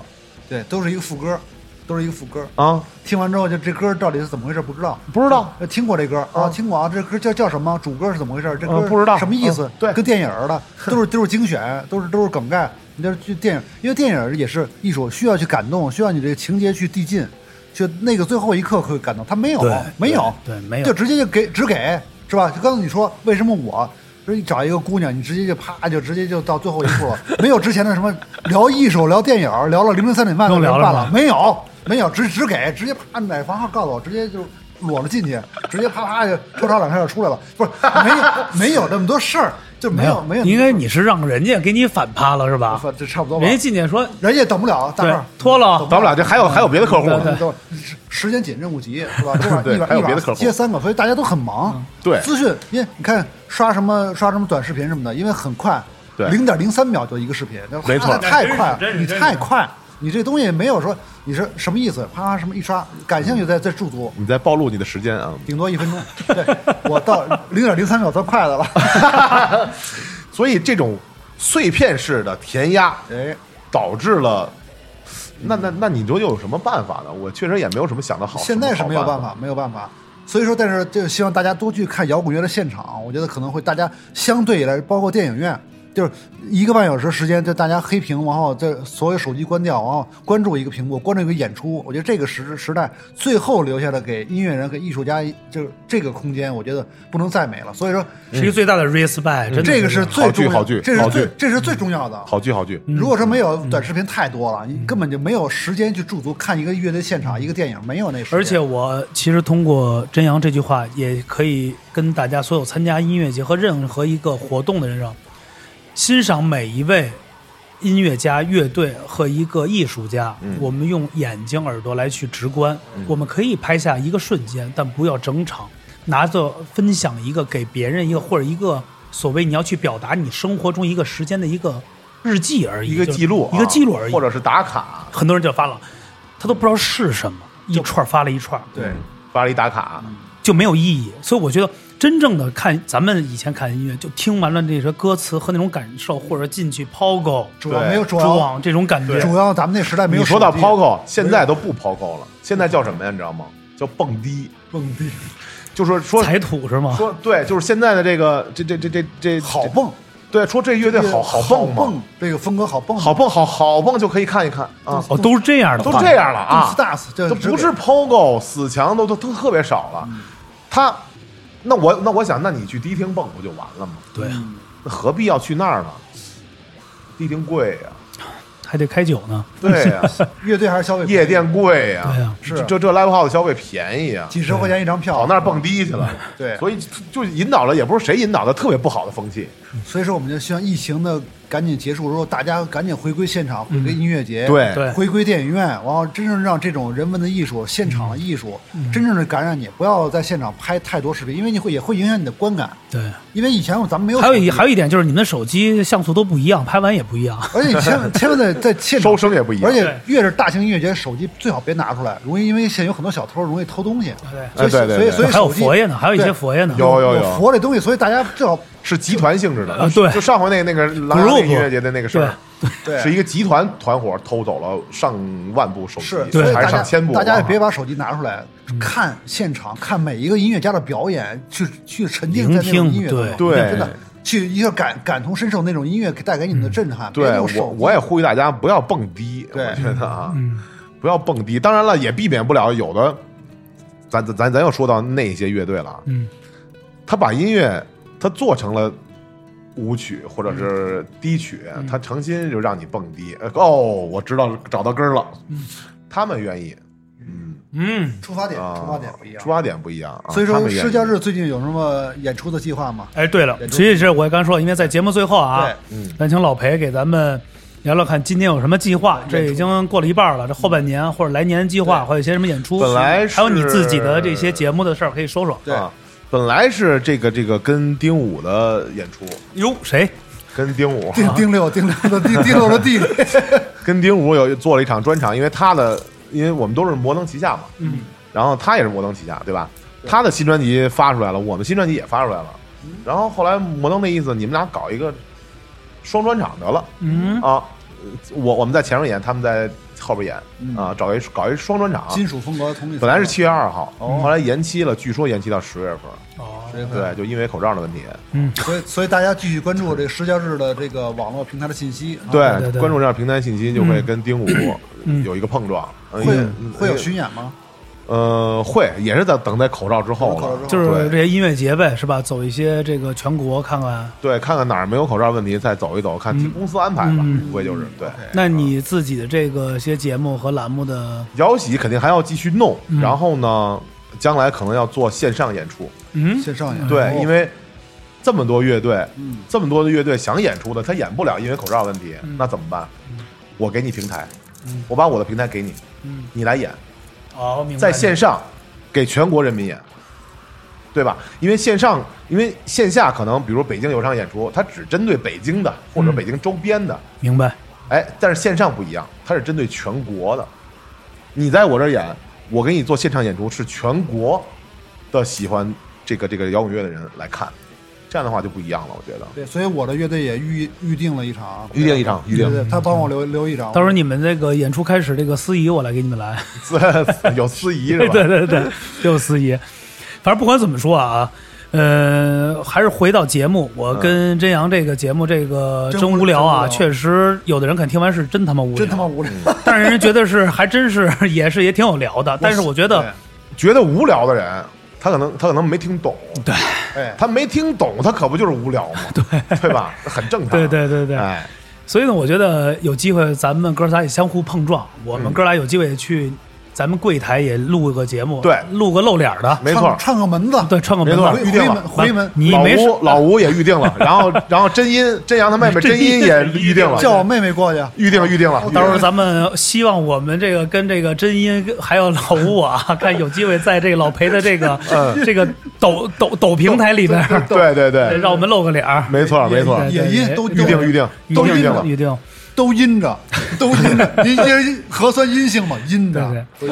对，都是一个副歌，都是一个副歌。啊！听完之后，就这歌到底是怎么回事不知道，不知道，呃听过这歌啊，听过啊，这歌叫叫什么？主歌是怎么回事？这歌嗯不知道什么意思嗯？对跟电影儿 [LAUGHS] 的都是都是精选，都是都是梗概。你这去电影，因为电影儿也是艺术，需要去感动，需要你这个情节去递进，就那个最后一刻会感动。他没有对，没有，对对没有就直接就给只给是吧？就刚才你说为什么我。说你找一个姑娘，你直接就啪，就直接就到最后一步了，没有之前的什么聊艺术、聊电影儿、聊了零零三点半不用聊了办了吗，没有，没有，直直给，直接啪，买房号告诉我，直接就裸了进去，直接啪啪就抽插两下就出来了，不是没有没有这么多事儿，就没有没有，应该你是让人家给你反趴了是吧？这差不多吧人家，进去说，人家等不了，大对哥，脱了等咱们俩这还 [LAUGHS] 有还有别的客户不了呢，等会儿时时间紧任务急是吧？这晚 [LAUGHS] 对一晚还有一晚别的客户嗯接三个，所以大家都很忙。对资讯，因为你看刷什么刷什么短视频什么的，因为很快，对零点零三秒就一个视频，那没错太快了真是真，是你真是太快，你这东西没有说你是什么意思，啪啪什么一刷，感兴趣再再驻足，你在暴露你的时间啊！顶多一分钟。对我到零点零三秒算快的了。 [LAUGHS] 所以这种碎片式的填压，哎，导致了。那那那你说又有什么办法呢？我确实也没有什么想的好。现在是什么没好有办法，法，没有办法。所以说，但是就希望大家多去看摇滚乐的现场，我觉得可能会大家相对来，包括电影院，就是一个半小时时间，就大家黑屏，然后这所有手机关掉，然后关注一个屏幕，关注一个演出。我觉得这个时时代最后留下的给音乐人、给艺术家，就是这个空间，我觉得不能再没了。所以说，是一个最大的 respect，真的这个是最重要，好剧好剧这好是剧最这是最重要的。好剧嗯好剧，如果说没有短视频太多了，你根本就没有时间去驻足看一个乐队现场、一个电影，没有那时间。而且我其实通过真阳这句话，也可以跟大家所有参加音乐节和任何一个活动的人上，欣赏每一位音乐家、乐队和一个艺术家。我们用眼睛、耳朵来去直观，我们可以拍下一个瞬间，但不要整场拿着分享一个给别人一个或者一个所谓你要去表达你生活中一个时间的一个日记而已，一个就是记录啊，一个记录而已，或者是打卡，很多人就发了，他都不知道是什么，一串发了一串，对。嗯嗯巴黎打卡，就没有意义。所以我觉得，真正的看咱们以前看音乐，就听完了这些歌词和那种感受，或者进去抛 o 主要对没有主主要网这种感觉，主要咱们那时代没有你说到手机 POCO，现在都不 POCO 了，现在叫什么呀？你知道吗？叫蹦迪，蹦迪就说说踩土是吗？说对，就是现在的这个这这这这这好这蹦，对，说这乐队好好蹦嘛，蹦，这个风格好蹦，好蹦好好蹦就可以看一看啊， [LAUGHS] 哦，都是这样的，都这。样了啊， Dance Dance，这都只不给嗯是 POGO 死墙都都都特别少了，他。那我那我想，那你去迪厅蹦不就完了吗？对啊，那何必要去那儿呢？迪厅贵呀、还得开酒呢。对呀、乐队还是消费夜店贵呀、对啊呀是啊这这 live house 消费便宜啊，几十块钱一张票，跑那儿蹦迪去 [LAUGHS] 了，对所以就引导了，也不是谁引导的，特别不好的风气，所以说我们就希望疫情的赶紧结束之后，大家赶紧回归现场，回归音乐节，对嗯对回归电影院，然后真正让这种人文的艺术、现场嗯的艺术真正的感染你，不要在现场拍太多视频，因为你会也会影响你的观感。对，因为以前咱们没有还有一手机还有一点就是你们的手机像素都不一样，拍完也不一样。 [LAUGHS] 而且你千万千万在在现场收声也不一样而且越是大型音乐节，手机最好别拿出来，容易因为现在有很多小偷容易偷东西。对所以哎对对所以所以还有手机佛爷呢，还有一些佛爷呢。有有有佛这东西，所以大家最好是集团性质的，呃啊对就上回那那个狼人那个音乐节的那个事儿，对是一个集团团伙偷走了上万部手是，机所，以大还是家上千部，啊大家也别把把手机拿出来，嗯看现场，看每一个音乐家的表演，去去沉浸在那种聆听音乐当中，对对真的去一个感感同身受那种音乐给带给你们嗯的震撼。别对用我手机我也呼吁大家不要蹦迪，我对觉得啊，不要蹦迪，当然了，也避免不了有的，咱咱咱咱又说到那些乐队了啊，嗯，他把音乐他做成了舞曲或者是低曲，他诚心就让你蹦迪。呃哦，我知道找到根儿了，他们愿意嗯，出发点啊，出发点不一样出。发点不一样啊。所以他说，们愿意施教日最近有什么演出的计划吗？哎，对了，对实际是我也刚说，因为在节目最后啊对，咱请老裴给咱们聊聊看今年有什么计划。这已经过了一半了，这后半年或者来年计划，还有一些什么演出？本来是还有你自己的这些节目的事儿可以说说。对啊，本来是这个这个跟丁武的演出，哟，谁？跟 [LAUGHS] 丁武丁丁六，丁六的丁丁六的弟弟，跟丁武有做了一场专场，因为他的因为我们都是摩登旗下嘛，嗯，然后他也是摩登旗下，对吧？他的新专辑发出来了，我们新专辑也发出来了，然后后来摩登的意思，你们俩搞一个双专场得了，嗯，啊，我我们在前面演，他们在后边演、啊，找一搞一双专场。 [LAUGHS] 金属风格同理。本来是七月二号，后来延期了，据说延期到十月份。哦，十月份，对，就因为口罩的问题。所以所以大家继续关注这施教日的这个网络平台的信息。啊，对对对关注这样平台信息就会跟丁武有一个碰撞。嗯因为会会有因为巡演吗？呃会，也是在等待口罩之后等口罩之了后。就是哦对哎这些音乐节呗，是吧？走一些这个全国看看。对，看看哪儿没有口罩问题，再走一走，看听公司安排吧。嗯估计就是对。那你自己的这个些节目和栏目的，摇喜肯定还要继续弄，嗯然后呢，将来可能要做线上演出。嗯，线上演对，因为这么多乐队，嗯这么多的乐队想演出的，他演不了，因为口罩问题，嗯那怎么办？我给你平台，我把我的平台给你，嗯你来演，哦，明白。在线上给全国人民演，对吧？因为线上，因为嗯线下可能，比如北京有场演出，它只针对北京的或者北京周边的，明白。哎，但是线上不一样，它是针对全国的。你在我这儿演，我给你做现场演出，是全国的喜欢这个这个摇滚乐的人来看，这样的话就不一样了。我 [LAUGHS] 觉得对，所以我的乐队也预预定了一场，啊预定一场，预对，对定对他帮我留留一场。到时候你们这个演出开始，这个司仪我来给你们来。有司仪是对 [LAUGHS] 吧？对对对，有司仪。反正不管怎么说啊，呃，还是回到节目，我跟真阳这个节目这个真真无无聊啊，真无聊确实有的人看听完是真他妈无聊，真他妈无聊，嗯 [LAUGHS] 但是人家觉得是还真是 [LAUGHS] 也是也挺有聊的，但是我觉得觉得无聊的人，他可能他可能没听懂，对，哎，他没听懂，他可不就是 [LAUGHS] 无聊吗？对，对吧？很正常。对对对对哎，所以呢，我觉得有机会咱们哥仨也相互碰撞，我们哥俩有机会去咱们柜台也录个节目，对录个露脸的，没错唱，唱个门子，对，穿个没门错框回预定回了门回门，你老没事吴老吴也预定了，然后然后真音真阳他妹妹 [LAUGHS] 真音也预定了，叫我妹妹过去。预定了预定了，到时候咱们希望我们这个跟这个真音跟还有老吴啊，看有机会在这个老裴的这个、这个抖抖抖平台里边儿，对对对嗯对，让我们露个脸儿。没错没错，对也音都预定预定预都定预定了，预定，都阴着，都阴 [LAUGHS] 着，阴阴核酸阴性嘛，阴着。对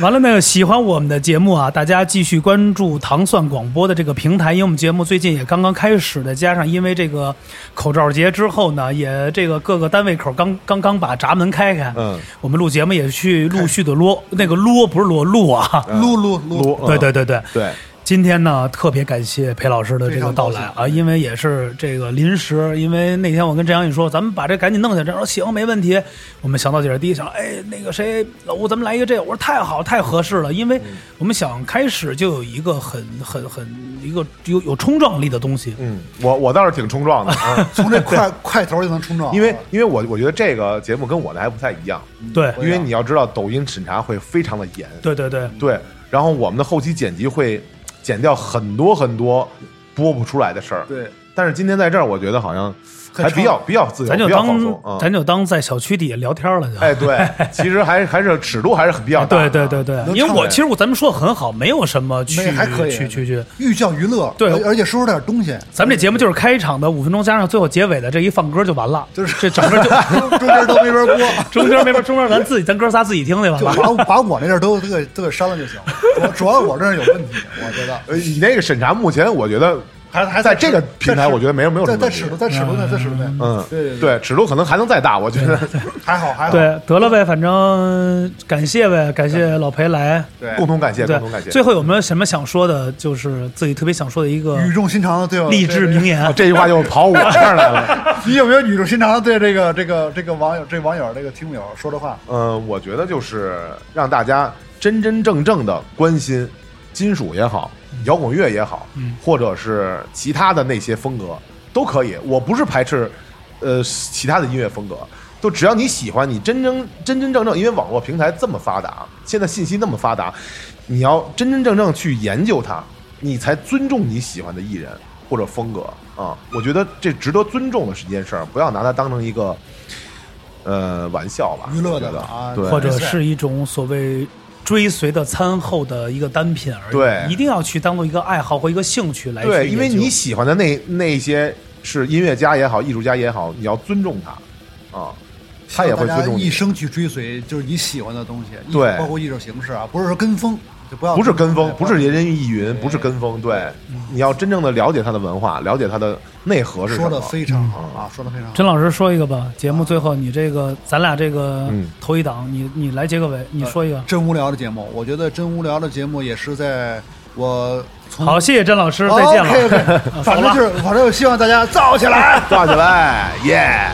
完了呢，喜欢我们的节目啊，大家继续关注糖蒜广播的这个平台，因为我们节目最近也刚刚开始的，加上因为这个口罩节之后呢，也这个各个单位口刚刚刚把闸门开开，嗯，我们录节目也去陆续的撸，那个撸不是裸露啊，撸撸撸，，嗯对对对对。对，今天呢，特别感谢裴老师的这个到来啊，因为也是这个临时，因为那天我跟郑阳一说，咱们把这赶紧弄下，郑阳说行，没问题。我们想到几个第一想，哎，那个谁，老吴，咱们来一个这个，我说太好，太合适了，因为我们想开始就有一个很很很一个有有冲撞力的东西，嗯，我我倒是挺冲撞的啊从这块块头就能冲撞。[LAUGHS] 因为因为我我觉得这个节目跟我的还不太一样，对啊因为你要知道抖音审查会非常的严，对对对，嗯对，然后我们的后期剪辑会剪掉很多很多播不出来的事儿，对，但是今天在这儿，我觉得好像还比较比较自由，咱就比较放当松嗯啊。咱就当在小区底下聊天了就。哎，对，其实还还是尺度还是很比较大对的。啊啊对对对，啊能因为唱我呗其实我咱们说的很好，没有什么去没还可以去去去，寓教于乐，对而而且说出点东西，咱们这节目就是开场的五分钟，加上最后结尾的这一放歌就完了，就是这整个 [LAUGHS] 就 [LAUGHS] 中间都没法播，中间没法，中间咱自己咱哥仨自己听去吧就。把把我那阵儿都都给都给删了就行。我主要我这儿有问题，我觉得呃，你那个审查目前我觉得还还在这个平台，我觉得没有没有什在么问在题尺度，在尺度内，在尺度内，嗯，对，对，尺度可能还能再大，我觉得还好还好，对，得了呗，反正感谢呗，感谢老裴来。对 [LAUGHS] 共同感谢，对共同感，谢。最后有没有什么想说的？就是自己特别想说的一个语重心长的对我励志名哦言。这句话就跑我这儿来了。你有没有语重心长的对这个这个这个网友这网友这个听友说的话？嗯，我觉得就是让大家真真正正的关心金属也好，摇滚乐也好，嗯或者是其他的那些风格都可以。我不是排斥，呃，其他的音乐风格，就只要你喜欢，你真真真真正正，因为网络平台这么发达，现在信息那么发达，你要真真正正去研究它，你才尊重你喜欢的艺人或者风格啊。我觉得这值得尊重的是一件事儿，不要拿它当成一个。呃，玩笑吧，娱乐我觉的得啊对，或者是一种所谓追随的餐后的一个单品而已。对一定要去当做一个爱好或一个兴趣来去对，因为研究你喜欢的那那些是音乐家也好，艺术家也好，你要尊重他啊，他也会大家尊重一你，生去追随就是你喜欢的东西，艺对包括艺术形式啊，不是说跟风，就不要不是跟风，不是人人云亦云，不是跟风，对，嗯你要真正的了解他的文化，了解他的内核是什说的么。嗯非常好啊，说的非常好。甄老师说一个吧，节目最后你这个，咱俩这个嗯呃头一档，你你来结个尾，你说一个。真无聊的节目，我觉得真无聊的节目也是在我从哦好，谢谢甄老师，再见了。OK [LAUGHS] OK，反正就是反正我希望大家造起来。挂起来，耶！